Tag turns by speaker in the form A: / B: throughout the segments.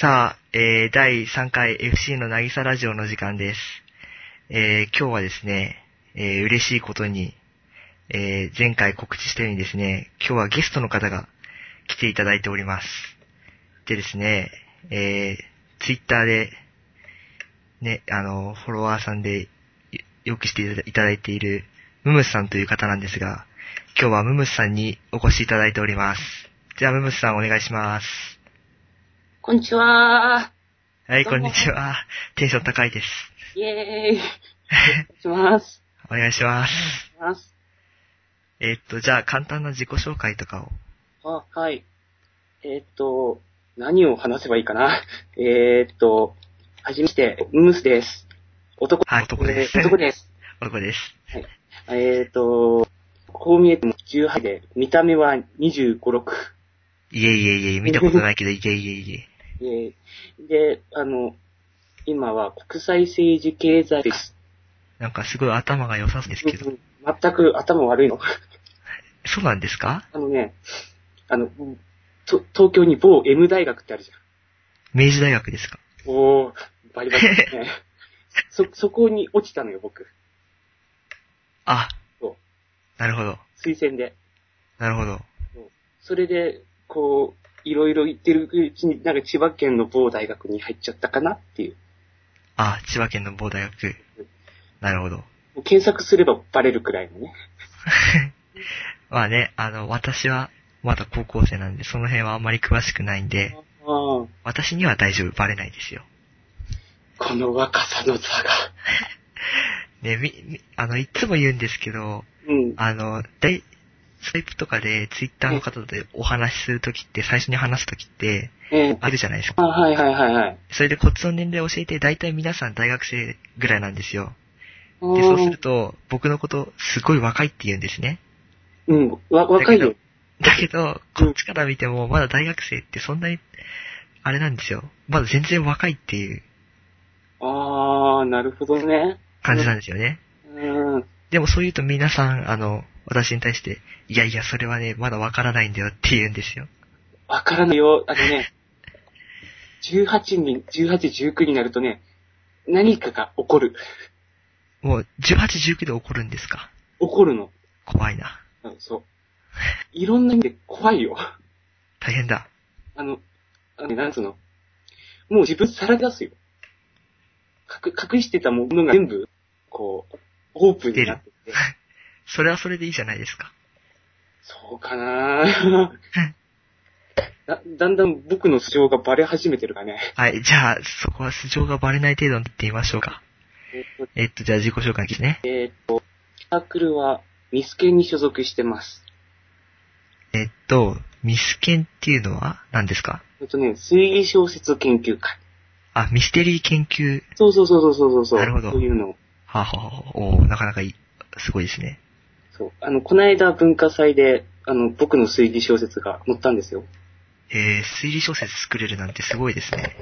A: さあ、えー、第3回 FC のなぎさラジオの時間です。えー、今日はですね、えー、嬉しいことに、えー、前回告知したようにですね、今日はゲストの方が来ていただいております。でですね、えー、ツイッターで、ね、あの、フォロワーさんでよよくしていただいただいているムムスさんという方なんですが、今日はムムスさんにお越しいただいております。じゃあムムスさんお願いします。
B: こんにちは
A: はい、
B: ど
A: こ
B: うんも
A: にちは。テンション高いです。
B: イェーイお願いします。
A: お願いします。
B: お願いします。
A: えっと、じゃあ簡単な自己紹介とかを。
B: あ、はい。えーっと、何を話せばいいかな。えーっと、はじめまして、ムースです。男
A: はい、男です。
B: えー男です。
A: 男です。
B: えーっと、こう見えても18で、見た目は25、6。
A: いえいえいえ、見たことないけど、いえいえいえ。
B: えーで、あの、今は国際政治経済です。
A: なんかすごい頭が良さそうですけど。
B: 全く頭悪いの。
A: そうなんですか
B: あのね、あの、と東京に某 M 大学ってあるじゃん。
A: 明治大学ですか
B: おー、バリバリで すね。そ、そこに落ちたのよ、僕。
A: あ
B: そう、
A: なるほど。
B: 推薦で。
A: なるほど。
B: それで、こう、いろいろ行ってるうちに、なんか千葉県の某大学に入っちゃったかなっていう。
A: あ、千葉県の某大学。なるほど。
B: もう検索すればバレるくらいのね。
A: まあね、あの、私はまだ高校生なんで、その辺はあんまり詳しくないんで、
B: ああ、
A: 私には大丈夫、バレないですよ。
B: この若さの差が。
A: ね、み、みあの、いつも言うんですけど、
B: うん。
A: あの、で、スカイプとかで、ツイッターの方でお話しするときって、最初に話すときって、
B: ええ
A: あるじゃないです
B: あ、
A: か。
B: はいはいはいはい。
A: それでコツの年齢教えて、大体皆さん大学生ぐらいなんですよ。
B: う
A: で、そうする
B: ん、
A: と、僕のこと、すごい若いって言うんですね。
B: うん、わ、若いよ。
A: だけど、こっちから見ても、まだ大学生ってそんなに、あれなんですよ。まだ全然若いっていう
B: ああ、なるほどね。
A: 感じなんですよね。
B: うん。
A: でもそう言うと皆さん、あの、私に対して、いやいや、それはね、まだわからないんだよって言うんですよ。
B: わからないよ。あのね、18に、18、19になるとね、何かが起こる。
A: もう、18、19で怒るんですか
B: 起こるの。
A: 怖いな。
B: あのそう。いろんな意味で怖いよ。
A: 大変だ。
B: あの、あのねなんつうの。もう自分さらけ出すよ。隠、隠してたものが全部、こう、オープンになってて。
A: それはそれでいいじゃないですか。
B: そうかなだ、だんだん僕の素性がバレ始めてるかね。
A: はい、じゃあ、そこは素性がバレない程度に言ってみましょうか。
B: えっと
A: えっと、じゃあ自己紹介ですね。
B: サークルは、ミスケに所属してます。
A: えっと、ミスケンっていうのは何ですか
B: えっとね、推理小説研究会。
A: あ、ミステリー研究。
B: そうそうそうそうそうそう。
A: なるほど
B: そういうの。
A: はあ、はあはあ、おーなかなかいい、すごいですね。
B: そう。あの、この間文化祭で、あの、僕の推理小説が載ったんですよ。
A: えー、推理小説作れるなんてすごいですね。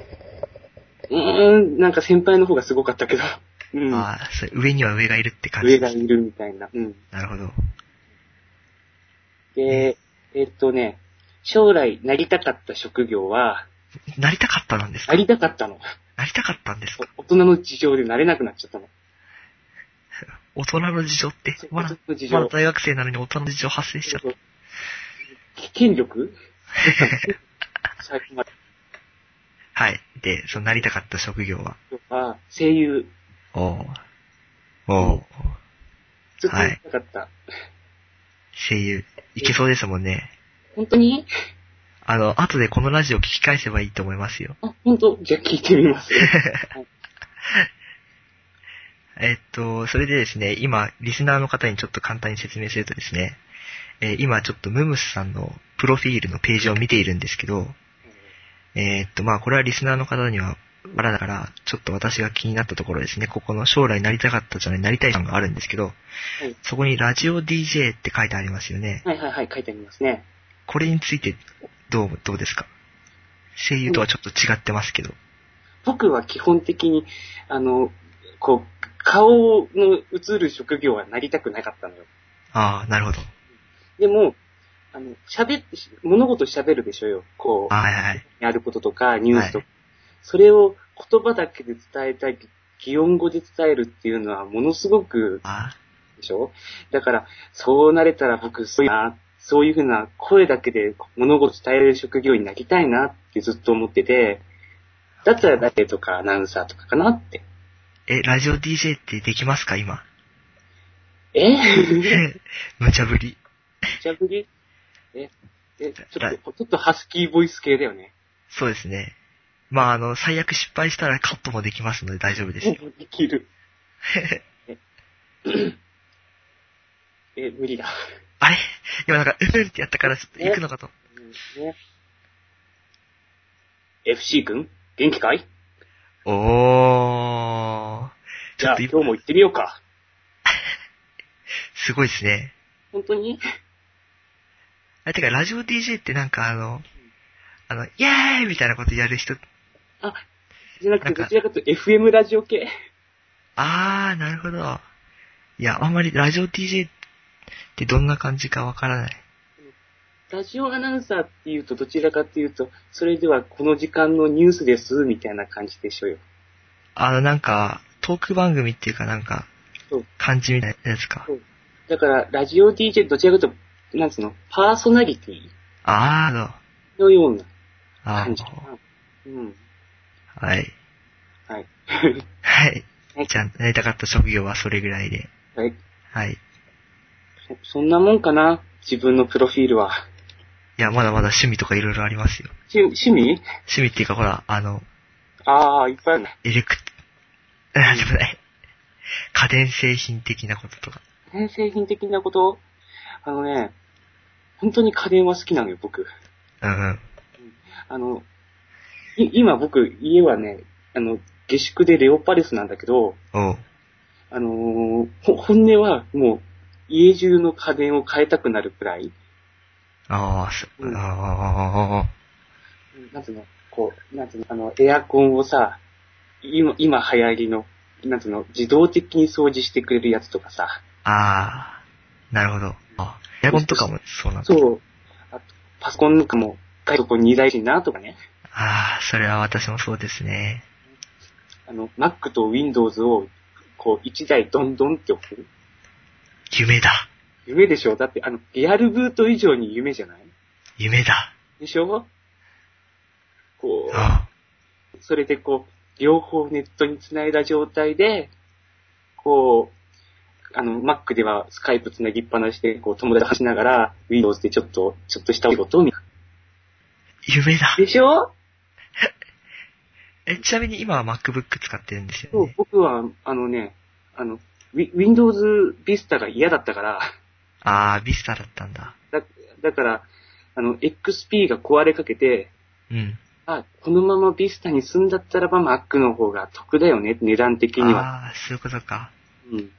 B: うーん、なんか先輩の方がすごかったけど。 うん。
A: ああ、それ上には上がいるって感じで
B: 上が
A: す。
B: いるみたいな。うん。
A: なるほど。
B: で、えっとね、将来なりたかった職業は、
A: なりたかったなんですか
B: なりたかったの。
A: なりたかったんですか
B: 大人の事情でなれなくなっちゃったの。
A: 大人の事情って
B: そう、
A: まだ
B: 大人、の事情
A: まだ大学生なのに大人の事情発生しちゃった。
B: 権力最後まで
A: はい。で、そのなりたかった職業は。
B: とか、声優、
A: おーおー
B: ずっとなりたかった。
A: 声優、いけそうですもんね。
B: 本当に
A: あの、後でこのラジオ聞き返せばいいと思いますよ。
B: あ、本当じゃあ聞いてみます。
A: えっと、それでですね、今、リスナーの方にちょっと簡単に説明するとですね、えー今ちょっとムムスさんのプロフィールのページを見ているんですけど、えーっと、まあ、これはリスナーの方には、わらだから、ちょっと私が気になったところですね、ここの将来なりたかったじゃない、なりたい感があるんですけど
B: い、
A: そこにラジオ DJ って書いてありますよね。
B: はいはいはい、書いてありますね。
A: これについて、どう、どうですか声優とはちょっと違ってますけど。
B: 僕は基本的に、あの、こう、顔の映る職業はなりたくなかったのよ。
A: ああ、なるほど。
B: でも、あの、喋って、物事喋るでしょよ。こ
A: あーはいはい。
B: う、やることとか、ニュースとか、それを言葉だけで伝えたい、擬音語で伝えるっていうのはものすごく
A: あ
B: でしょだから、そうなれたら僕、そういうな、そういうふうな声だけで物事伝える職業になりたいなってずっと思ってて、だったら誰とかアナウンサーとかかなって。
A: え、ラジオ DJ ってできますか今。
B: えー、
A: 無茶ぶり。
B: ちゃぶりえ、え、ちょっと、ちょっとハスキーボイス系だよね。
A: そうですね。まあ、あの、最悪失敗したらカットもできますので大丈夫ですよ。
B: で きる。え、無理だ。
A: あれ今なんか、うんうんってやったからちょっと行くのかと。
B: ね、FC 君元気かい
A: おー。
B: じゃあ
A: ちょっと今
B: 今日も行ってみようか。
A: すごいですね。
B: 本当に
A: あ、てか、ラジオ DJ ってなんかあの、あの、イェーイみたいなことやる人、
B: あ、じゃなく
A: な
B: て、
A: んか
B: どちらかというと FM ラジオ系。
A: あー、なるほど。いや、あんまりラジオ DJ ってどんな感じかわからない。
B: ラジオアナウンサーっていうと、どちらかっていうと、それではこの時間のニュースです、みたいな感じでしょうよ。
A: あの、なんか、トーク番組っていうかなんか
B: そう、
A: 感じみたいなやつか
B: そ。うだから、ラジオ DJ どちらかというと、なんつうの、パーソナリティ
A: あーの、
B: のような
A: あ
B: 感
A: ー
B: じかな。うん。
A: はい。
B: はい。
A: はい
B: はい。
A: じゃあ、なりたかった職業はそれぐらいで。
B: はい。
A: はい。い
B: そそんなもんかな自分のプロフィールは。
A: や、まだまだ趣味とかいろいろありますよ。
B: し趣味
A: 趣味っていうか、ほら、あの、
B: ああ、いっぱいあるね。
A: エレク、 なんでもない。家電製品的なこととか。
B: ね製品的なことあのね、本当に家電は好きなのよ、僕。
A: うんうん。
B: あの、い今僕、家はね、あの、下宿でレオパレスなんだけど、
A: おう。
B: あのーほ本音はもう、家中の家電を変えたくなるくらい、
A: ああ、す、
B: うん
A: あ
B: なんつうの、こう、なんつうの、あの、エアコンをさ、今、今流行りの、なんつうの、自動的に掃除してくれるやつとかさ、
A: あ、ああ、なるほど。あエアコンとかもそうなんだ。
B: そう、あと、パソコンなんかも、外国に大事なとかね、
A: ああ、それは私もそうですね。
B: あの、Mac と Windows を、こう、1台どんどんって置く。
A: 夢だ。
B: 夢でしょだって、あの、リアルブート以上に夢じゃない
A: 夢だ。
B: でしょこ
A: あ
B: う、それでこう、両方ネットに繋いだ状態で、こう、あの、Mac ではスカイプ繋ぎっぱなしで、こう、友達と話しながら、Windows でちょっと、ちょっとしたことを見る。
A: 夢だ。
B: でしょ
A: え、ちなみに今は MacBook 使ってるんです
B: そ
A: よ
B: う
A: ね。、
B: 僕は、あのね、あの、Wi- Windows Vista が嫌だったから、
A: ああ、ビスタだったんだ。
B: だだから、あの、XP が壊れかけて、
A: うん。
B: あ、このままビスタに住んだったらば Mac の方が得だよね、値段的には。
A: ああ、そういうことか。
B: うん。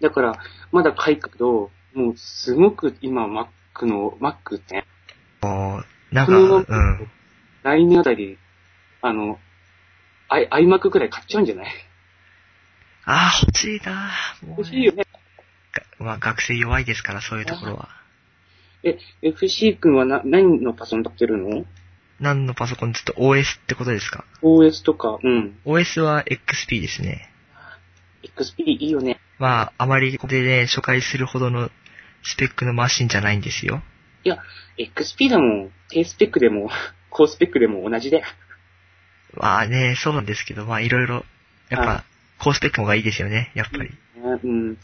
B: だから、まだ買いかけど、もうすごく今 Mac の、Mac ってね、
A: おうなん
B: この
A: か、うん。
B: 来年あたり、あの、I- iMac くらい買っちゃうんじゃない
A: ああ、欲しいな。もうね
B: 欲しいよね。
A: がまあ、学生弱いですから、そういうところは。
B: え、FC 君はな、何のパソコン買ってるの
A: 何のパソコンずっと OS ってことですか
B: ?OS とか、うん。
A: ?OS は XP ですね。
B: XP いいよね。
A: まあ、あまりここでね、紹介するほどのスペックのマシンじゃないんですよ。
B: XP でも、低スペックでも、 高スペックでも同じで。
A: まあね、そうなんですけど、まあいろいろ、やっ
B: は
A: ぱ、高スペックの方がいいですよね、やっぱり。
B: うん。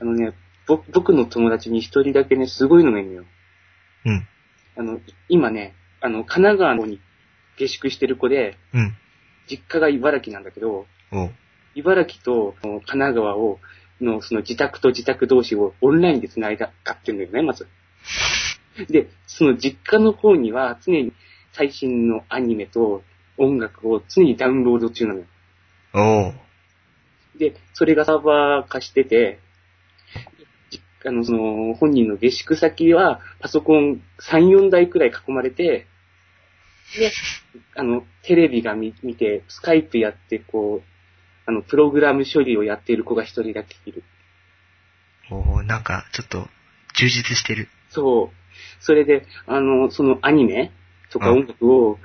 B: あのね、ぼ僕の友達に一人だけね、すごいのがいるのよ。
A: うん。
B: あの、今ね、あの、神奈川の方に下宿してる子で、
A: うん。
B: 実家が茨城なんだけど、
A: おう
B: 茨城とあの神奈川を、の、その自宅と自宅同士をオンラインで繋いだ、買ってるのよね、まず。で、その実家の方には常に最新のアニメと音楽を常にダウンロード中なのよ。
A: おう
B: で、それがサーバー化してて、じあの、その、本人の下宿先は、パソコン3、4台くらい囲まれて、で、あの、テレビが見見て、スカイプやって、こう、あの、プログラム処理をやっている子が一人だけいる。
A: おうなんか、ちょっと、充実してる。
B: そう。それで、あの、そのアニメとか
A: うん
B: 音楽を、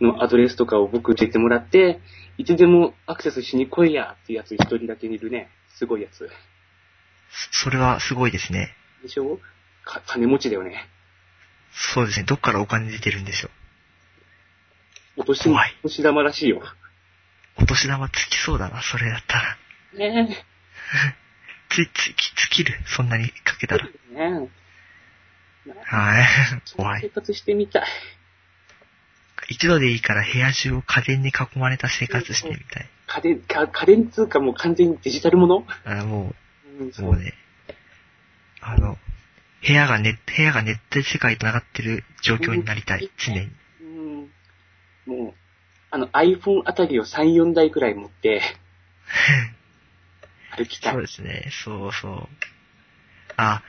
B: のアドレスとかを僕に言ってもらって、いつでもアクセスしに来いやっていうやつ一人だけいるね。すごいやつ。
A: そそれはすごいですね。
B: でしょか金持ちだよね。
A: そうですね。どっからお金出てるんでしょう。
B: お年
A: 怖い
B: お年玉らしいよ。
A: お年玉つきそうだな、それだったら。
B: ね
A: つ、つき、つきる。そんなにかけたら。
B: え。ねえ。
A: はい。怖
B: 生
A: い。
B: 活してみたい。
A: 一度でいいから部屋中を家電に囲まれた生活してみたい。
B: 家電、か家電通貨もう完全にデジタルもの
A: あも
B: うん、
A: う、もう。ね。あの、部屋がネット、部屋がネット世界となってる状況になりたい。常に。
B: うん。もう、あの iPhone あたりを3、4台くらい 持って、歩きたい
A: そう。ですね。そうそう。あ、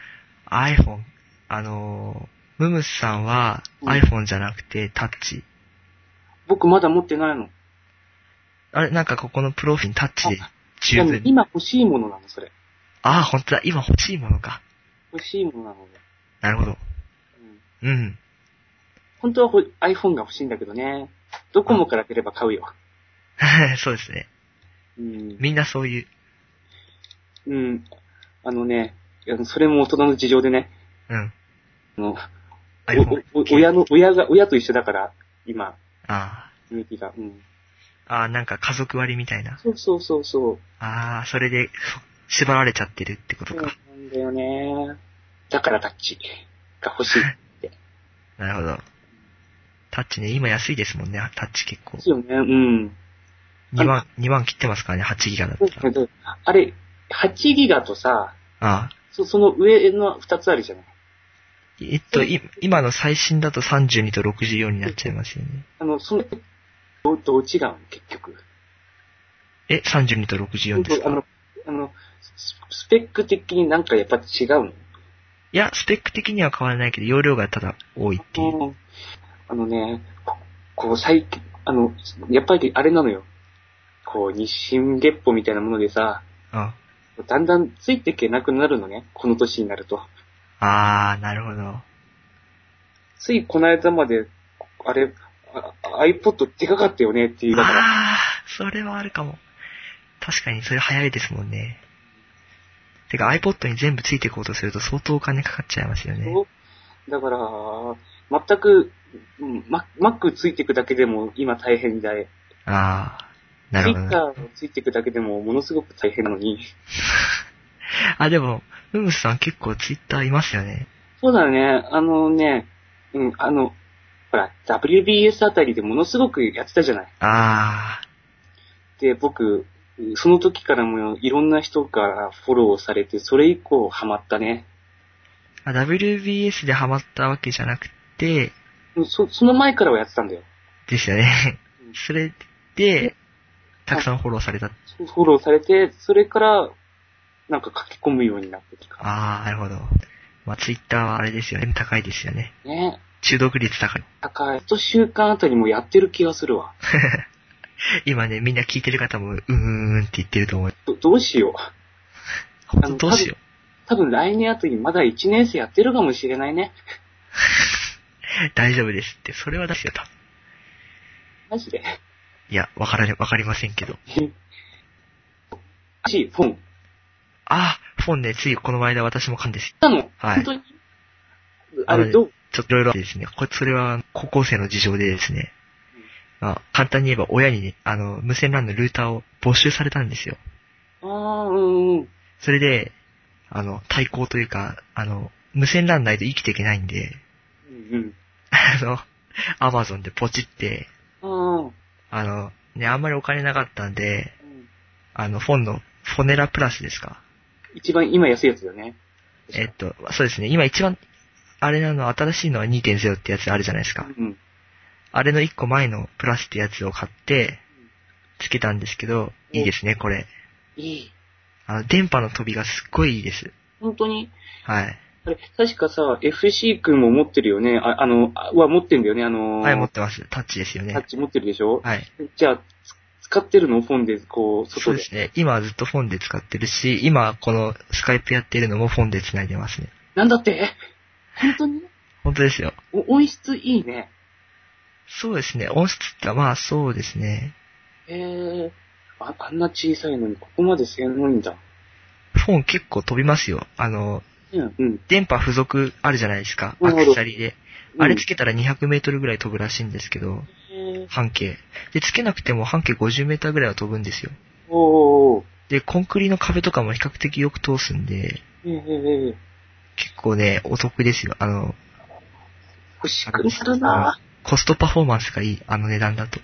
A: iPhone。あのー、ムムスさんは
B: うん
A: iPhone じゃなくてタッチ。
B: 僕まだ持ってないの。
A: あれ、なんかここのプロフィールにタッチで十
B: いや
A: 分。
B: 今欲しいものなの、それ。
A: ああ、本当だ。今欲しいものか。
B: 欲しいものなのね。
A: なるほど。
B: うん
A: うん。
B: 本当はほ iPhone が欲しいんだけどね。ドコモから出れば買うよ。
A: そうですね。
B: うん。
A: みんなそういう。
B: うん。あのね、いやそれも大人の事情でね、
A: うん。
B: あの、
A: iPhone。
B: おお親の、親が、親と一緒だから、今、
A: あ
B: 勇気が。うん。
A: あ。ああ、なんか家族割みたいな。
B: そうそうそうそう。
A: ああ、それで、そ縛られちゃってるってこと
B: そうな
A: か。
B: んだよね。だからタッチが欲しい。
A: なるほど。タッチね、今安いですもんね、タッチ結構
B: で。すよね。うん。
A: 2万、2万切ってますからね、8ギガだったら。
B: あれ、8ギガとさ、
A: ああ。
B: そその上の2つあるじゃない。
A: えっと、い今の最新だと32と64になっちゃいますよね。
B: あの、その、どどう違うの結局。
A: え、32と64です
B: あ
A: か
B: の、あの、ススペック的になんかやっぱ違うの
A: いや、スペック的には変わらないけど、容量がただ多いっていう。
B: うんあのね、ここう最近、あの、やっぱりあれなのよ。こう、日進月歩みたいなものでさ、
A: あ
B: だんだんついていけなくなるのね。この年になると。
A: あー、なるほど。
B: ついこの間まで、あれ、あ iPod でかかったよねっていう、だから、
A: あー、それはあるかも。確かに、それ早いですもんね。てか iPod に全部ついていこうとすると相当お金かかっちゃいますよね。
B: だから、全く、うんママックついていくだけでも今大変で、
A: あー、な
B: ツイ
A: るほ
B: ッ
A: ど。
B: ターついていくだけでもものすごく大変なのに。
A: あ、でも、ムムスさん結構 Twitter いますよね。
B: そうだね、あのね、うん、あの、ほら、WBS あたりでものすごくやってたじゃない。
A: あ
B: で、僕、その時からもいろんな人からフォローされて、それ以降ハマったね。
A: ー、あ WBS でハマったわけじゃなくて、
B: そその前からはやってたんだよ。
A: ですよね
B: うん。
A: それで、たくさんフォローされた。
B: フォローされて、それから、なんか書き込むようになってきた。
A: あー、なるほど。まあ、Twitter はあれですよね。高いですよね。
B: ね。
A: 中毒率高い。
B: 高い。と週間あたりもやってる気がするわ。
A: 今ね、みんな聞いてる方も、うーんって言ってると思う。
B: どどうしよう。
A: 本当どうしよ
B: 多分来年あたりまだ1年生やってるかもしれないね。
A: う。大丈夫ですって。それはですよ、多分
B: マジで。
A: いや、わからね、わかりませんけど。
B: し、フォン。
A: あ、フォンね、ついこの間私も噛んです。
B: たの、
A: はい
B: 本当にあれ、どう
A: ちょっといろいろですね。これ、それは高校生の事情でですね。まあ、簡単に言えば親にね、あの、無線 LAN のルーターを没収されたんですよ。
B: ああ、うんうん。
A: それで、あの、対抗というか、あの、無線 LAN ないと生きていけないんで、
B: うん
A: あの、アマゾンでポチって、
B: うん。ああ、
A: あの、ね、あんまりお金なかったんで、
B: うん。
A: あの、フォンの、フォネラプラスですか。
B: 一番今安いやつだよね。
A: えっと、そうですね。今一番、あれなの、新しいのは2.0ってやつあるじゃないですか。
B: うん。
A: あれの1個前のプラスってやつを買って、つけたんですけど、
B: うん
A: いいですね、これ。
B: いい。
A: あの、電波の飛びがすっごいいいです。
B: 本当に。
A: はい。
B: あれ、確かさ、FC 君も持ってるよね。ああの、あは持ってんだよね。あの、
A: はい、持ってます。タッチですよ
B: タ
A: ね
B: ッ。チ持ってるでしょ
A: はい。
B: じゃあ、つ使ってるのフォンで、こう、
A: そ
B: 外
A: う
B: で。
A: ですね。今はずっとフォンで使ってるし、今このスカイプやってるのもフォンで繋いでますね。
B: なんだって本当に
A: 本当ですよ。
B: お音質いいね。
A: そうですね。音質ってまあそうですね。
B: へえ、あ、あんな小さいのにここまで性能いいんだ。
A: フォン結構飛びますよ。あの、
B: うん、うん。
A: 電波付属あるじゃないですか。
B: な
A: ア
B: るほど
A: クセサリーで。あれつけ
B: け、
A: たら200メートルぐらい飛ぶらしいんですけど、
B: へー
A: 半径。で、つけなくても半径50メーターぐらいは飛ぶんですよ。
B: おーおーお
A: で、コンクリの壁とかも比較的よく通すんで、
B: ー、ええええ
A: 結構ね、お得ですよ。あの、
B: 欲しくなるな
A: コストパフォーマンスがいい、あの値段だと。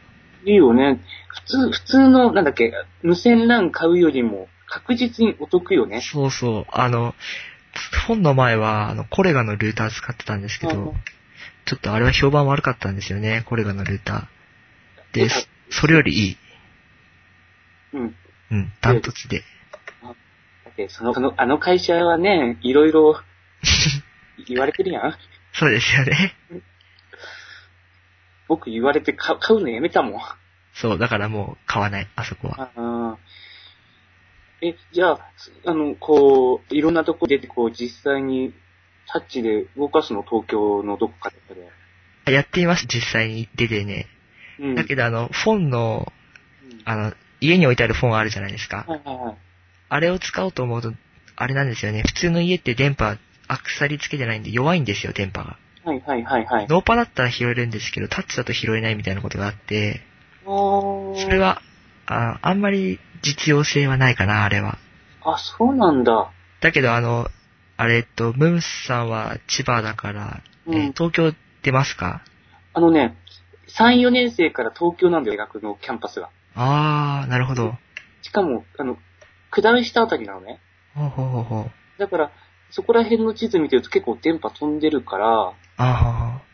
B: いいよね。普通、普通の、なんだっけ、無線 LAN 買うよりも確実にお得よね。
A: そうそう、あの、本の前は、あの、コレガのルーター使ってたんですけど、
B: うん
A: ちょっとあれは評判悪かったんですよね、コレガのルーター。で、そそれよりいい。
B: うん。
A: うん、ダントツで。
B: だって、その、その、あの会社はね、いろ いろ言われてるやん。
A: そうですよね。
B: 僕言われて買う買うのやめたもん。
A: そう、だからもう買わない、あそこは。
B: あーえ、じゃあ、すあの、こう、いろんなとこ出て、こう、実際に、タッチで動かすの、東京のどこかとかで。
A: やっています、実際に出てね。
B: うん。
A: だけどあの、フォンの、
B: うん
A: あの、家に置いてあるフォンあるじゃないですか。
B: はいはいはい。
A: あれを使おうと思うと、あれなんですよね。普通の家って電波、アクサリつけてないんで弱いんですよ、電波が。
B: はいはいはいはい。
A: ノーパだったら拾えるんですけど、タッチだと拾えないみたいなことがあって、
B: おー
A: それは、ああんまり実用性はないかな、あれは。
B: あ、そうなんだ。
A: だけど、あの、あれ、えっと、ムムスさんは千葉だから、え
B: うん
A: ー東京出ますか
B: あのね、3、4年生から東京なんだよ、大学のキャンパスが。
A: あー、なるほど。
B: しかも、あの、下りしたあたりなのね。
A: ほうほうほうほう。
B: だから、そこら辺の地図見てると結構電波飛んでるから、
A: あー、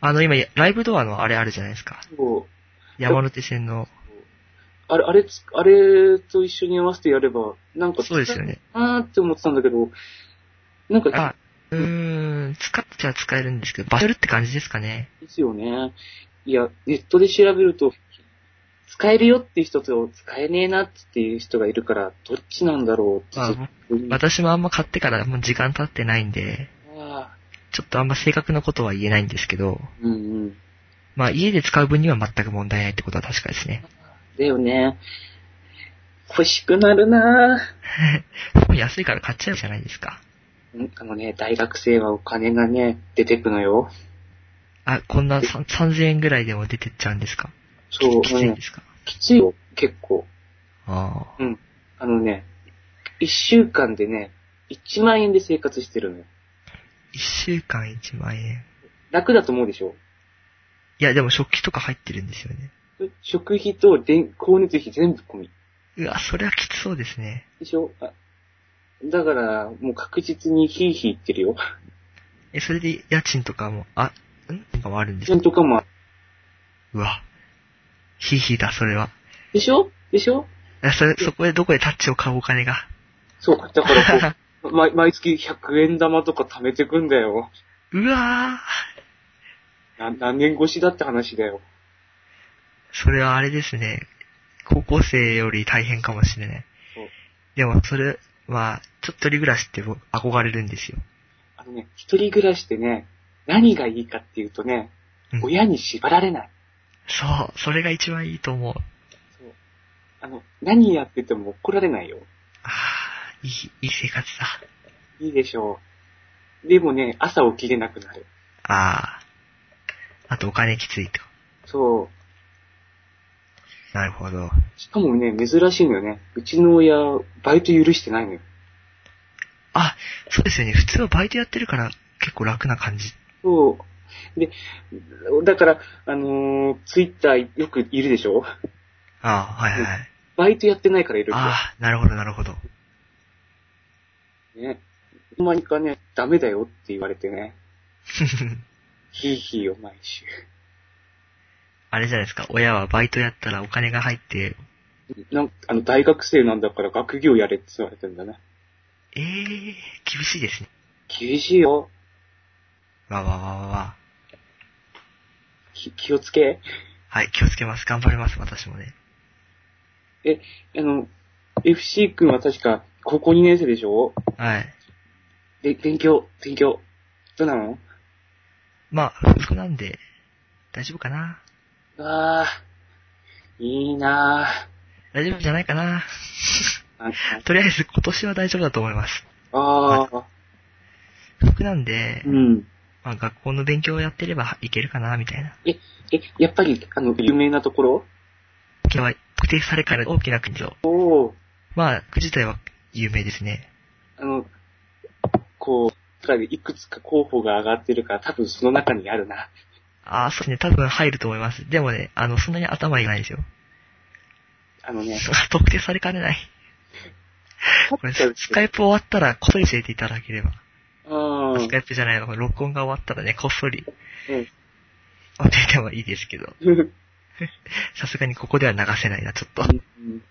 A: あの、今、ライブドアのあれあるじゃないですか。
B: こう
A: 山手線の。
B: あれ、あれつ、あれと一緒に合わせてやれば、なんか、
A: そうですよね。
B: なーって思ってたんだけど、なんか、
A: あ、うーん、使っちゃ使えるんですけど、バトルって感じですかね。
B: ですよね。いや、ネットで調べると、使えるよっていう人と使えねえなっていう人がいるから、どっちなんだろうって。
A: まあ私もあんま買ってからもう時間経ってないんで、
B: あ
A: ちょっとあんま正確なことは言えないんですけど、
B: ーうんうん。
A: まあ家で使う分には全く問題ないってことは確かですね。
B: だよね。欲しくなるなぁ。
A: もう安いから買っちゃうじゃないですか。
B: うんあのね、大学生はお金がね、出てくのよ。
A: あ、こんなさん3000円ぐらいでも出てっちゃうんですか
B: そう、
A: きつ
B: う
A: いん
B: ん
A: で、すか
B: きついよ、結構。
A: ああ。
B: あのね、一週間でね、一万円で生活してるのよ。
A: 1週間1万円。
B: 楽だと思うでしょ
A: いや、でも食器とか入ってるんですよね。
B: 食費と電光熱費全部込み。
A: うわ、それはきつそうですね。
B: でしょあだから、もう確実にヒーヒー言ってるよ。
A: え、それで家賃とかも、あ、んとかもあるんです
B: な
A: か
B: んとかもある。
A: うわ。ひいひいだ、それは。
B: でしょでしょ
A: いやそれ、そこでどこでタッチを買うお金が。
B: そう、だから こう、毎毎月100円玉とか貯めてくんだよ。
A: うわー。
B: な何年越しだって話だよ。
A: それはあれですね。高校生より大変かもしれない
B: そう。
A: でも、それは、ちょっと一人暮らしって僕、憧れるんですよ。
B: あのね、一人暮らしでね、何がいいかっていうとね、
A: うん
B: 親に縛られない。
A: そう、それが一番いいと思う。
B: そう。あの、何やってても怒られないよ。
A: ああ、いい、いい生活だ。
B: いいでしょう。でもね、朝起きれなくなる。
A: ああ。あと、お金きついと。
B: そう。
A: なるほど。
B: しかもね、珍しいのよね。うちの親、バイト許してないのよ。
A: あ、そうですよね。普通はバイトやってるから、結構楽な感じ。
B: そう。で、だから、あのーツイッターよくいるでしょ
A: ああ、はいはいはい。
B: バイトやってないからいるんだ
A: ああ、なるほど、なるほど。
B: よ。ね。ほんまにかね、ダメだよって言われてね。ヒーヒーよ、毎週。
A: あれじゃないですか。親はバイトやったらお金が入って、
B: なんか、あの、大学生なんだから学業やれって言われてんだね。
A: ええ厳しいですね。
B: 厳しいよ。
A: わわわわわ。
B: き気をつけ。
A: はい、気をつけます。頑張ります、私もね。
B: あの、FC 君は確か、高校2年生でしょ
A: はい。
B: で、勉強、勉強。どうなの
A: まあ、不服なんで、大丈夫かな。
B: ああ、いいな
A: 大丈夫じゃないかな。
B: あなんか
A: とりあえず今年は大丈夫だと思います。
B: ああ、
A: 僕なんで
B: う、ん。
A: まあ、学校の勉強をやってればいけるかな、みたいな。
B: え、やっぱり、あの、有名なところ
A: 今日は特定されから大きな国を。
B: おお
A: まあ、自体は有名ですね。
B: あの、こう、中でいくつか候補が上がってるから、多分その中にあるな。
A: ああ、そうですね。多分入ると思います。でもね、あの、そんなに頭いかないですよ。
B: あの ね、
A: そ特定されかねない。これ、スカイプ終わったら、こっそり教えていただければ。
B: うん。
A: スカイプじゃないの、これ録音が終わったらね、こっそり
B: うん
A: 教えてもいいですけど。さすがにここでは流せないな、ちょっと。
B: うん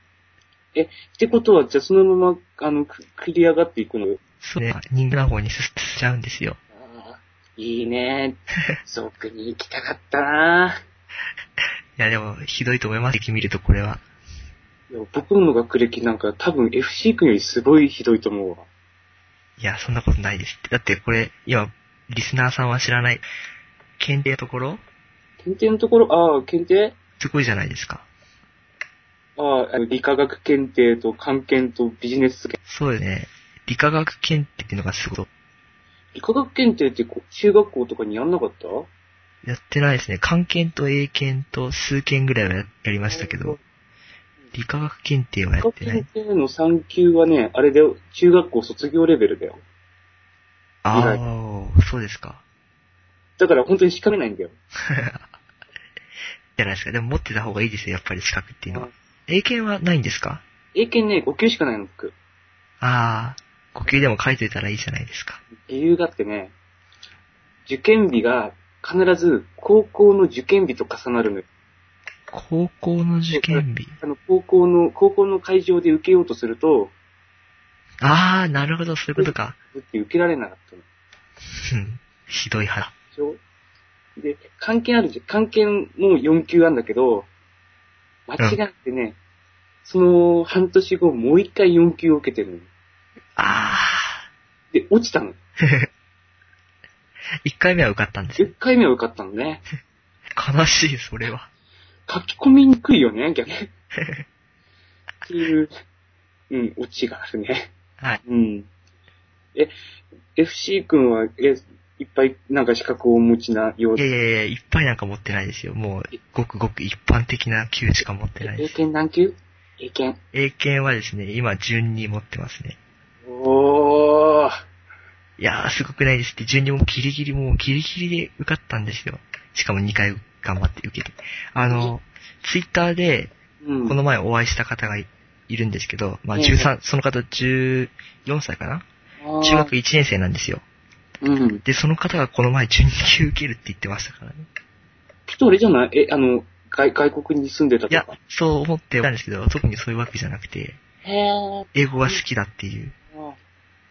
B: え、ってことは、じゃあそのまま、あの、く繰り上がっていくの
A: そうね、人間の方に進んじゃうんですよ。
B: ああいいね。 族に行きたかったない
A: や、でも、ひどいと思います。見ると、これは。
B: いや僕の学歴なんか多分 FC 君よりすごいひどいと思うわ。
A: いや、そんなことないですって。だって、これ、今、リスナーさんは知らない、検定のところ、
B: 検定のところ、ああ、検定
A: すごいじゃないですか。
B: あああの、理科学検定と漢検とビジネス検定。
A: そうですね。理化学検定っていうのがすごい。
B: 理科学検定ってこう中学校とかにやんなかった
A: やってないですね。漢検と英検と数検ぐらいはややりましたけど、理化学検定はや
B: 理科
A: ってな
B: 検
A: い。
B: 定の3級はね、あれだよ、中学校卒業レベルだよ。
A: ああ、そうですか。
B: だから本当に仕掛けないんだよ。
A: じゃないですか。でも持ってた方がいいですよ、やっぱり資格っていうのは。英検はないんですか
B: 英検ね、5級しかないの、僕。
A: ああ、呼吸でも書いといたらいいじゃないですか。
B: 理由があってね、受験日が必ず高校の受験日と重なるのよ。
A: 高校の受験日。
B: あの、高校の、高校の会場で受けようとすると、
A: ああ、なるほど、そういうことか。
B: だって受けられなかったの。
A: うんひどい話。
B: でしょで、関係あるじゃん。関係も4級あるんだけど、間違ってね、その半年後もう一回4級を受けてるの。
A: あ
B: で、落ちたの。
A: あ、1回目は受かったんですよ。
B: 10回目は受かったのね。
A: 悲しい、それは。
B: 書き込みにくいよね、逆に。っていう、うん、オチがあるね。
A: はい。
B: うん。え、FC 君は、え、いっぱいなんか資格をお持ちなよう
A: いやいやいや、いっぱいなんか持ってないですよ。もう、ごくごく一般的な級しか持ってない
B: 英
A: です。
B: 検何級英検。
A: 英検はですね、今、順に持ってますね。
B: おー。
A: いやー、すごくないですって、順にもうギリギリ、もうギリギリで受かったんですよ。しかも2回頑張って受けて。あの、ツイッターで、
B: うん。
A: この前お会いした方がいいるんですけど、まあ
B: うん
A: 13、その方14歳かな
B: あー
A: 中学1年生なんですよ。
B: うん。
A: で、その方がこの前準2級受けるって言ってましたからね。
B: きっとあれじゃないえ、あの、外外国に住んでた
A: いや
B: とか。、
A: そう思ってたんですけど、特にそういうわけじゃなくて、
B: へー。
A: 英語が好きだっていう、
B: あ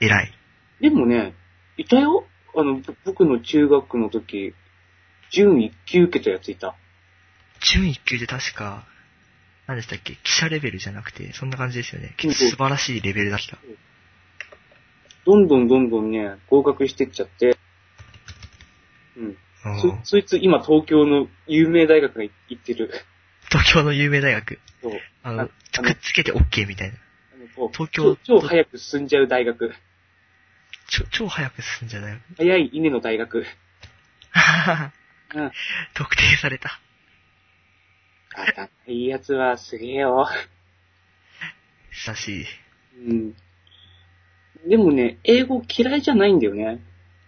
A: 偉い。
B: ーでもね、いたよあの、ぼ僕の中学の時、準1級受けたやついた。
A: 準1級で確か、何でしたっけ記者レベルじゃなくて、そんな感じですよね。
B: うん
A: 素晴らしいレベルだった。
B: どんどんどんどんね、合格してっちゃって、うん。
A: うん
B: そ、そいつ今東京の有名大学に行ってる。
A: 東京の有名大学。
B: そう。
A: あ
B: あ
A: の、
B: あ
A: くっつけて OK みたいな。
B: あのこう
A: 東京
B: 超超早く進んじゃう大学。
A: ちょ超早く進んじゃない
B: 早い稲の大学。うん。あ
A: 特定された。
B: いいやつはすげえよ。
A: 久しい。
B: うん。でもね、英語嫌いじゃないんだよね。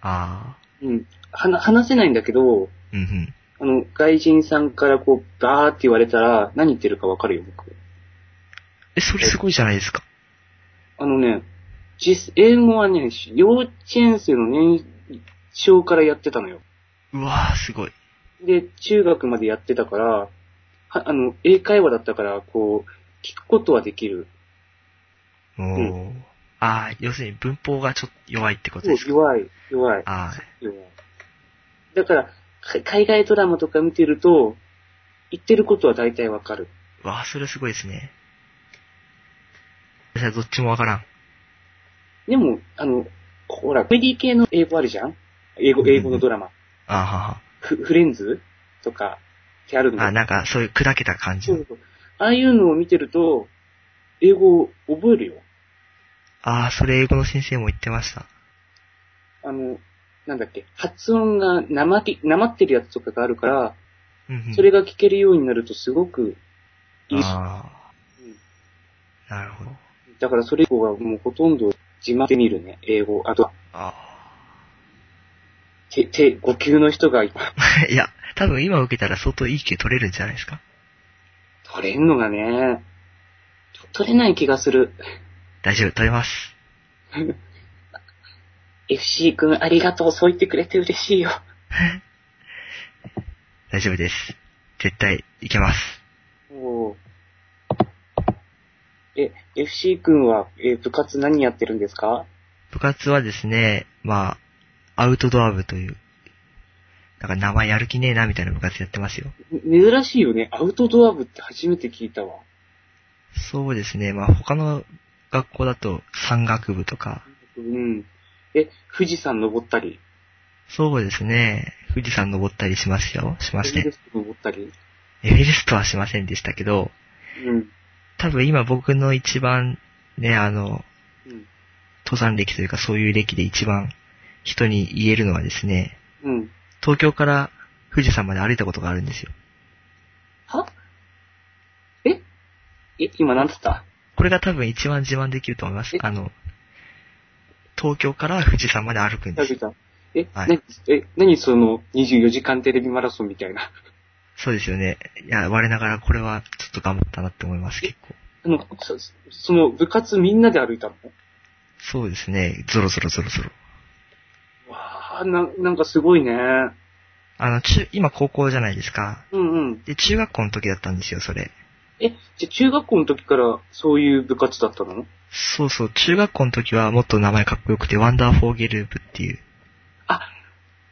A: あ
B: うん。はな話せないんだけど、
A: あ。うんうん。
B: あの、外人さんからこう、バーって言われたら、何言ってるかわかるよ、僕。
A: え、それすごいじゃないですか。
B: あのね、実、英語はね、幼稚園生の年少からやってたのよ。
A: うわー、すごい。
B: で、中学までやってたから、はあの、英会話だったから、こう、聞くことはできる。
A: おー。
B: う
A: ああ、要するに文法がちょっと弱いってこと
B: そう
A: ですか。
B: 弱い、弱い、
A: あ
B: 弱い。だから、か海外ドラマとか見てると、言ってることは大体わかる。
A: あ。わあ、それすごいですね。私はどっちもわからん。
B: でも、あの、ほら、コメディ系の英語あるじゃん英語、英語のドラマ。
A: あーはは。
B: フフレンズとか、ってあるんだ
A: あ、なんか、そういう砕けた感じ
B: そ
A: の。
B: うそう。ああいうのを見てると、英語を覚えるよ。
A: ああ、それ英語の先生も言ってました。
B: あの、なんだっけ、発音がなまき、なまってるやつとかがあるから、
A: うんうん、
B: それが聞けるようになるとすごくいいし、
A: ああ、なるほど。
B: うんだからそれ以降はもうほとんど字幕で見るね、英語。あとは、
A: あ
B: 手、手、5級の人がい
A: あ。 いや、多分今受けたら相当いい級取れるんじゃないですか。
B: 取れんのがね、取れない気がする。
A: 大丈夫、取れます。
B: FC 君ありがとう、そう言ってくれて嬉しいよ。
A: 大丈夫です。絶対いけます。
B: おーえ、FC 君は、えー部活何やってるんですか
A: 部活はですね、まあ、アウトドア部という、なんか名前やる気ねえなみたいな部活やってますよ。
B: め珍しいよね。アウトドア部って初めて聞いたわ。
A: そうですね、まあ他の学校だと山岳部とか、
B: うん。え、富士山登ったり、
A: そうですね、富士山登ったりしますよ、しま
B: エ
A: し
B: ベレ
A: て。
B: スト登ったり。
A: エベレストはしませんでしたけど、
B: うん。
A: 多分今僕の一番ね、あの、
B: うん。
A: 登山歴というかそういう歴で一番人に言えるのはですね、
B: うん。
A: 東京から富士山まで歩いたことがあるんですよ。
B: はええ、今なんつった
A: これが多分一番自慢できると思います
B: え。
A: あの、東京から富士山まで歩くんで
B: 大
A: す
B: 丈
A: よ。
B: 夫だえ、
A: はい
B: 何え、何その24時間テレビマラソンみたいな。
A: そうですよね。いや、我ながらこれはちょっと頑張ったなって思います、結構。
B: あの、そその部活みんなで歩いたの
A: そうですね。ゾロゾロゾロゾロ。
B: わあ、な、なんかすごいね。
A: あの、中、今高校じゃないですか。
B: うんうん。
A: で、中学校の時だったんですよ、それ。
B: え、じゃあ中学校の時からそういう部活だったの
A: そうそう、中学校の時はもっと名前かっこよくて、ワンダーフォーゲループっていう、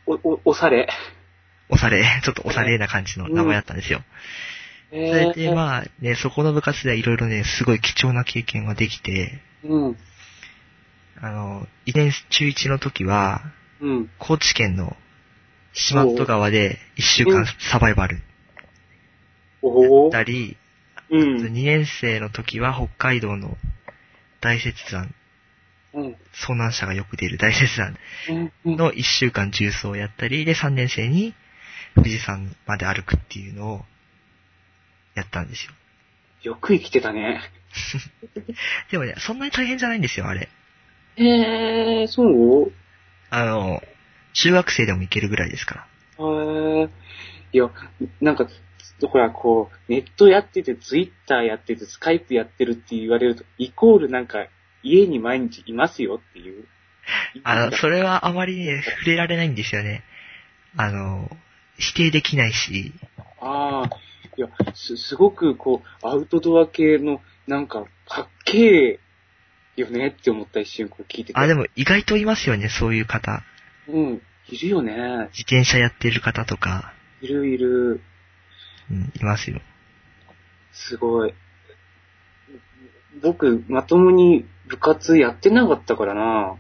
B: お、お、おされ。
A: おされ、 ちょっとおされな感じの名前だったんですよ。そ
B: え
A: れで、まあ、ね、そこの部活ではいろいろね、すごい貴重な経験ができて、
B: うん。
A: あの、一年中1の時は、
B: うん。
A: 高知県の四万十川で1週間サバイバル
B: おお
A: だり、
B: う
A: 2
B: ん。
A: 年生の時は北海道の大雪山、
B: うん。
A: 遭難者がよく出る大雪山
B: うん。
A: の1週間重走をやったり、で、3年生に富士山まで歩くっていうのをやったんですよ。
B: よく生きてたね。
A: でもね、そんなに大変じゃないんですよ、あれ。
B: へえー、そう
A: あの、中学生でも行けるぐらいですから。
B: へーいや、なんか、ほら、こう、ネットやってて、ツイッターやってて、スカイプやってるって言われると、イコールなんか、家に毎日いますよっていう。
A: あの、それはあまりね、触れられないんですよね。あの、否定できないし、
B: ああ、いや、す、すごくこう、アウトドア系の、なんか、かっけえよねって思った一瞬、こう聞いてて。
A: あ、で
B: も。
A: も意外といますよね、そういう方。
B: うん、いるよね。
A: 自転車やってる方とか、
B: いるいる。
A: うん、いますよ。
B: すごい。僕、まともに部活やってなかったからな。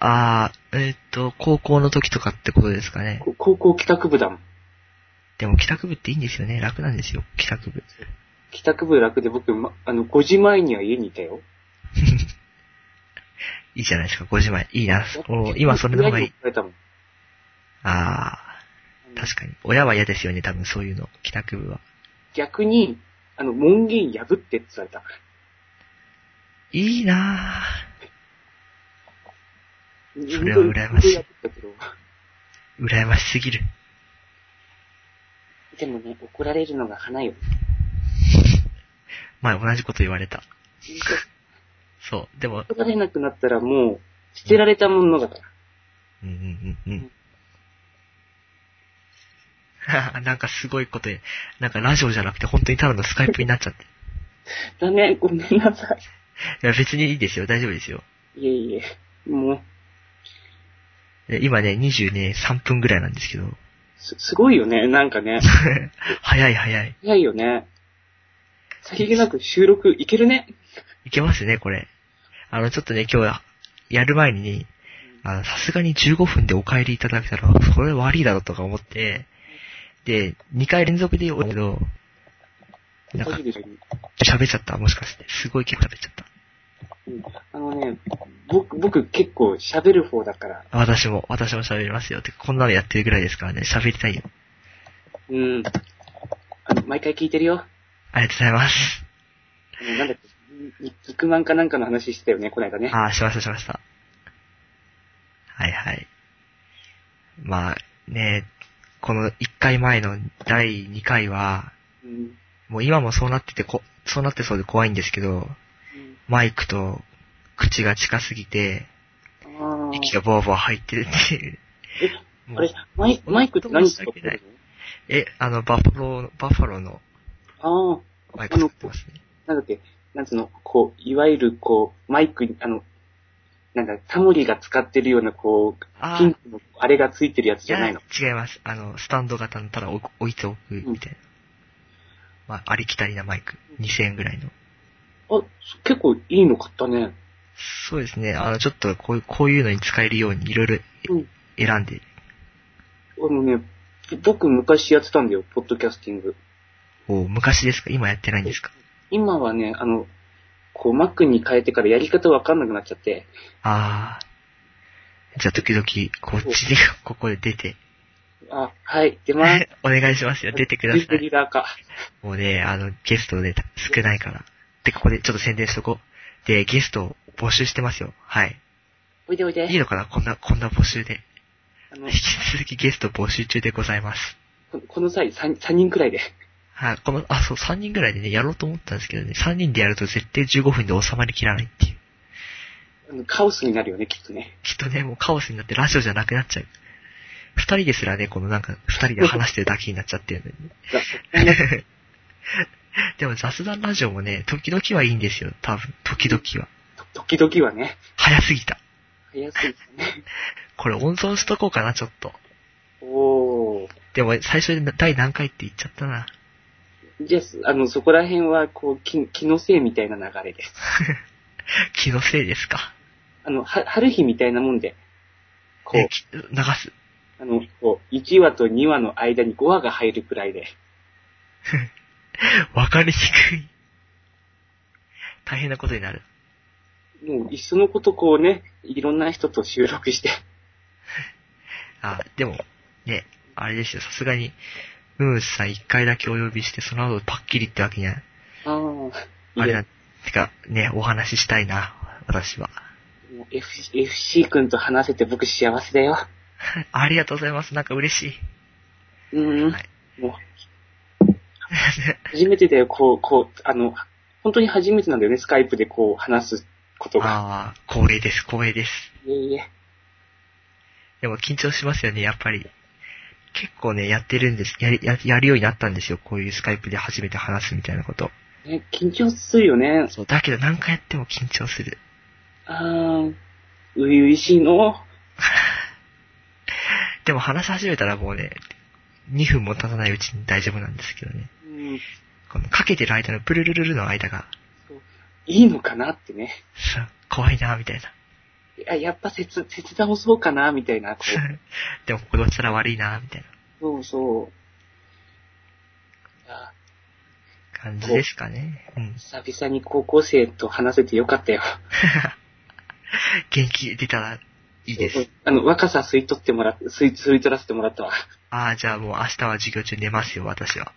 A: あー、えーっと、高校の時とかってことですかね。
B: こ高校帰宅部だもん。
A: でも帰宅部っていいんですよね、楽なんですよ、帰宅部。
B: 帰宅部楽で僕、ま、あの、5時前には家にいたよ。
A: いいじゃないですか、5時前。いいな。もう今それの方がいい。
B: 親に怒られたもん。
A: あー、確かに。親は嫌ですよね、多分そういうの、帰宅部は。
B: 逆に、あの、門限破ってって言われた。
A: いいなそれは羨ましい
B: 本当に破った
A: ー。羨ましすぎる。
B: けどでもね、怒られるのが花よ。
A: 前同じこと言われた。そう。でも、
B: 怒られなくなったらもう、捨てられたものだから。
A: うんうんうんうん。なん かすごいことで、なんかラジオじゃなくて本当にただのスカイプになっちゃって。
B: だね、ごめんなさ
A: いや別にいいですよ、大丈夫ですよ。
B: い。いえいえ、もう、
A: え今ね、23ね3分ぐらいなんですけど、
B: す、すごいよね、なんかね。
A: 早い早い。
B: 早いよね。さりげなく収録いけるね。
A: いけますね、これ。あの、ちょっとね、今日はやる前にね、あの、さすがに15分でお帰りいただけたら、それ悪いだろうとか思って、で、2回連続で言うけど、なんか
B: マジ、でしょ
A: 喋っちゃった、もしかして。すごい結構喋っちゃった。
B: うんあのね、僕、僕結構喋る方だから、
A: あ私も、私も喋りますよって、こんなのやってるぐらいですからね、喋りたいよ。
B: うん。あの、毎回聞いてるよ。
A: ありがとうございます。
B: あのなんだっけ、に肉まんかなんかの話してたよね、こないだね。
A: ああ、しました、しました。はいはい。まあ、ね、この1回前の第2回は、
B: うん。
A: もう今もそうなっててこ、そうなってそうで怖いんですけど、マイクと口が近すぎて、
B: ああ。
A: 息がボワボワ入ってるっていう。
B: あれ、マイマイクって何使ってる
A: え、あの、バッファローの、バッファローの
B: のああ、
A: マイク使ってますね。
B: なんだっけ、なんつうの、こう、いわゆるこう、マイクに、あの、なんか、タモリが使ってるような、こう、
A: あ
B: ピン
A: ー
B: クの、あれがついてるやつじゃないの。
A: いや違います。あの、スタンド型のただ置く置いておく、みたいな。まあ、ありきたりなマイク。2000円ぐらいの。
B: あ、結構いいの買ったね。
A: そうですね。あの、ちょっとこういう、こういうのに使えるようにいろいろ
B: うん。
A: 選んで。
B: あのね、僕昔やってたんだよ、ポッドキャスティング。
A: お昔ですか今やってないんですか
B: 今はね、あの、こう、Mac に変えてからやり方わかんなくなっちゃって、
A: ああ。じゃあ、時々、こっちで、ここで出て。
B: あ、はい、出ます。
A: お願いしますよ。出てくださ
B: デ
A: い。
B: ィラーか。
A: もうね、あの、ゲストで少ないから。で、ここでちょっと宣伝しとこう。で、ゲストを募集してますよ。はい。
B: おいでおいで。
A: いいのかなこんな、こんな募集で。
B: あの
A: 引き続きゲ スト募集中でございます。
B: ここの際3、三人くらいで。
A: はい、この、あ、そう、3人ぐらいでね、やろうと思ったんですけどね、3人でやると絶対15分で収まりきらないっていう。
B: あのカオスになるよね、きっとね。
A: きっとね、もうカオスになってラジオじゃなくなっちゃう。2人ですらね、このなんか、2人で話してるだけになっちゃってるのに。 でも雑談ラジオもね、時々はいいんですよ、多分。時々は。
B: と時々はね、
A: 早すぎた。
B: 早すぎてね。
A: これ温存しとこうかな、ちょっと。
B: おー。
A: でも、最初で第何回って言っちゃったな。
B: じゃあ、あの、そこら辺は、こう、気気のせいみたいな流れです。
A: 気のせいですか。
B: あの、は春日みたいなもんで、こ
A: え
B: う、
A: き流す。
B: あの、こう、1話と2話の間に5話が入るくらいで。
A: わかりにくい。大変なことになる。
B: もう、いっそのことこうね、いろんな人と収録して。
A: あ、でも、ね、あれですよ、さすがに、ムームスさん一回だけお呼びして、その後パッキリってわけには、
B: ああ。
A: あれな、
B: い
A: てか、ね、お話ししたいな、私は。
B: やもう F- FC 君と話せて僕幸せだよ。
A: ありがとうございます、なんか嬉しい。
B: うん。
A: はい
B: もう、初めてだよ、こう、こう、あの、本当に初めてなんだよね、スカイプでこう、話すことが。
A: ああ、光栄です、光栄です。
B: いえいえ。
A: でも緊張しますよね、やっぱり。結構ね、やってるんです、やり、ややるようになったんですよ、こういうスカイプで初めて話すみたいなこと。
B: ね、緊張するよね。
A: そう、だけど何回やっても緊張する。
B: あー、ういういしいの。
A: でも話し始めたらもうね、2分も経たないうちに大丈夫なんですけどね。
B: うん、
A: このかけてる間のプルルルルの間が、
B: いいのかなってね。
A: さ怖いな、みたいな。
B: いや、やっぱ切、切断をそうかな、みたいな。こ う
A: でも、ここどしたら悪いな、みたいな
B: そうそう。あ
A: 感じですかね。うん。
B: ー久々に高校生と話せてよかったよ。
A: 元気出たらいいです。
B: あの、若さ吸い取ってもら、吸い、吸い取らせても らったわ。
A: ああ、じゃあもう明日は授業中寝ますよ、私は。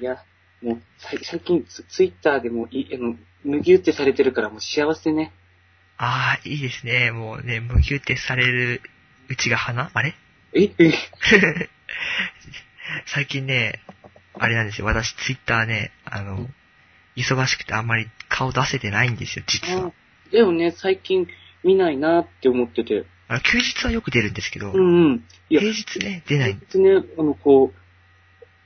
B: いや、もう、さい最近ツ、ツイッターでもい、あの、麦打ってされてるからもう幸せね。
A: ああ、いいですね。もうね、無休ってされるうちが花あれ
B: え、え、
A: 最近ね、あれなんですよ。私、ツイッターね、あの、忙しくてあんまり顔出せてないんですよ、実は
B: あ。でもね、最近見ないなって思ってて。
A: あの休日はよく出るんですけど、
B: うんうん。いや、
A: 平日ね、出ない。
B: 別にね、あの、こう、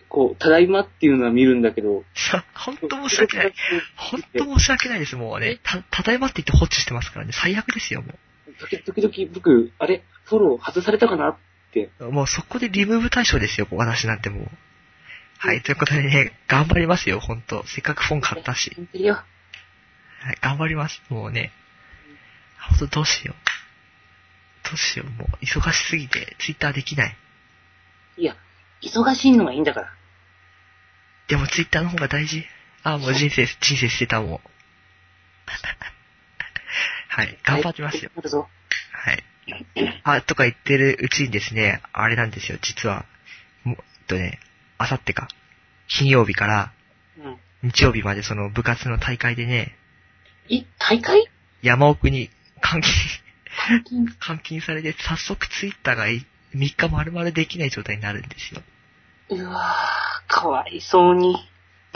B: こう、ただいまっていうのは見るんだけど、
A: さ、 本当申し訳ない。本当申し訳ないです、もうね。た、ただいまって言って放置してますからね。最悪ですよ、も
B: 時時々僕、あれ、フォロー外されたかな
A: う。もうそこでリムーブ対象ですよ、私なんてもう。はい、ということでね、頑張りますよ、本当せっかくフォン買ったし。
B: 見てるよ。
A: はい、頑張ります、もうね。本当どうしよう。どうしよう、もう忙しすぎて、ツイッターできない。
B: いや、忙しいのがいいんだから。
A: でもツイッターの方が大事。ああ、もう人生、人生捨てたもん。 はい、頑張りますよ。
B: 頑張るぞ。
A: はい。あ、とか言ってるうちにですね、あれなんですよ、実は。もうえっとね、あさってか。金曜日から
B: うん。
A: 日曜日までその部活の大会でね、
B: え、大会
A: 山奥に監禁、
B: 監禁
A: 監禁されて、早速ツイッターが3日丸々できない状態になるんですよ。
B: うわぁ、かわいそうに。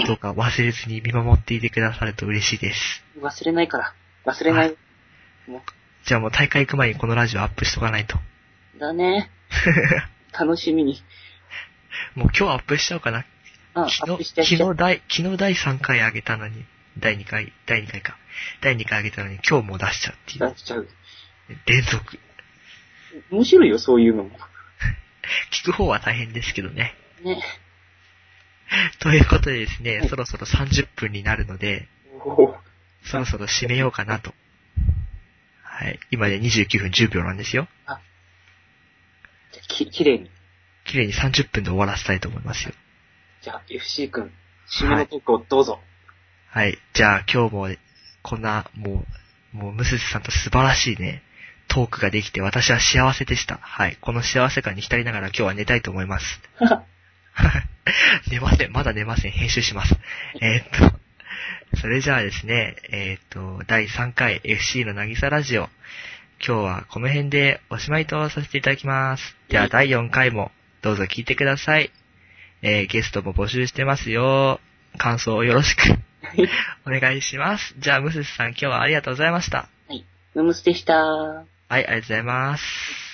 A: どうか忘れずに見守っていてくださると嬉しいです。
B: 忘れないから。忘れない。
A: じゃあもう大会行く前にこのラジオアップしとかないと。
B: だね。楽しみに。
A: もう今日アップしちゃおうかな。
B: うん、ア
A: 昨
B: ップ
A: 日、
B: して
A: 昨
B: し
A: 日第、昨日第3回上げたのに、第2回、第2回か。第2回上げたのに今日もう出しちゃうっていう。
B: 出しちゃう。
A: 連続。
B: 面白いよ、そういうのも。
A: 聞く方は大変ですけどね。
B: ね。
A: ということでです
B: は
A: ね、
B: い
A: そろそろ30分になるので、
B: おぉ。
A: そろそろ締めようかなと。はい。今で29分10秒なんですよ。
B: じゃあき、綺麗に。
A: 綺麗に30分で終わらせたいと思いますよ。
B: じゃあ、FC 君、締めのトークをどうぞ。
A: はい。じゃあ今日も、こんな、もう、もう、ムススさんと素晴らしいね、トークができて私は幸せでした。はい。この幸せ感に浸りながら今日は寝たいと思います。 寝ません。まだ寝ません。編集します。えーっと、それじゃあですね、えーっと、第3回 FC のなぎさラジオ。今日はこの辺でおしまいとさせていただきます。では第4回もどうぞ聞いてください。えー、ゲストも募集してますよ。感想をよろしく お願いします。じゃあ、ムススさん今日はありがとうございました。
B: はい。ムムスでした。
A: はい、ありがとうございます。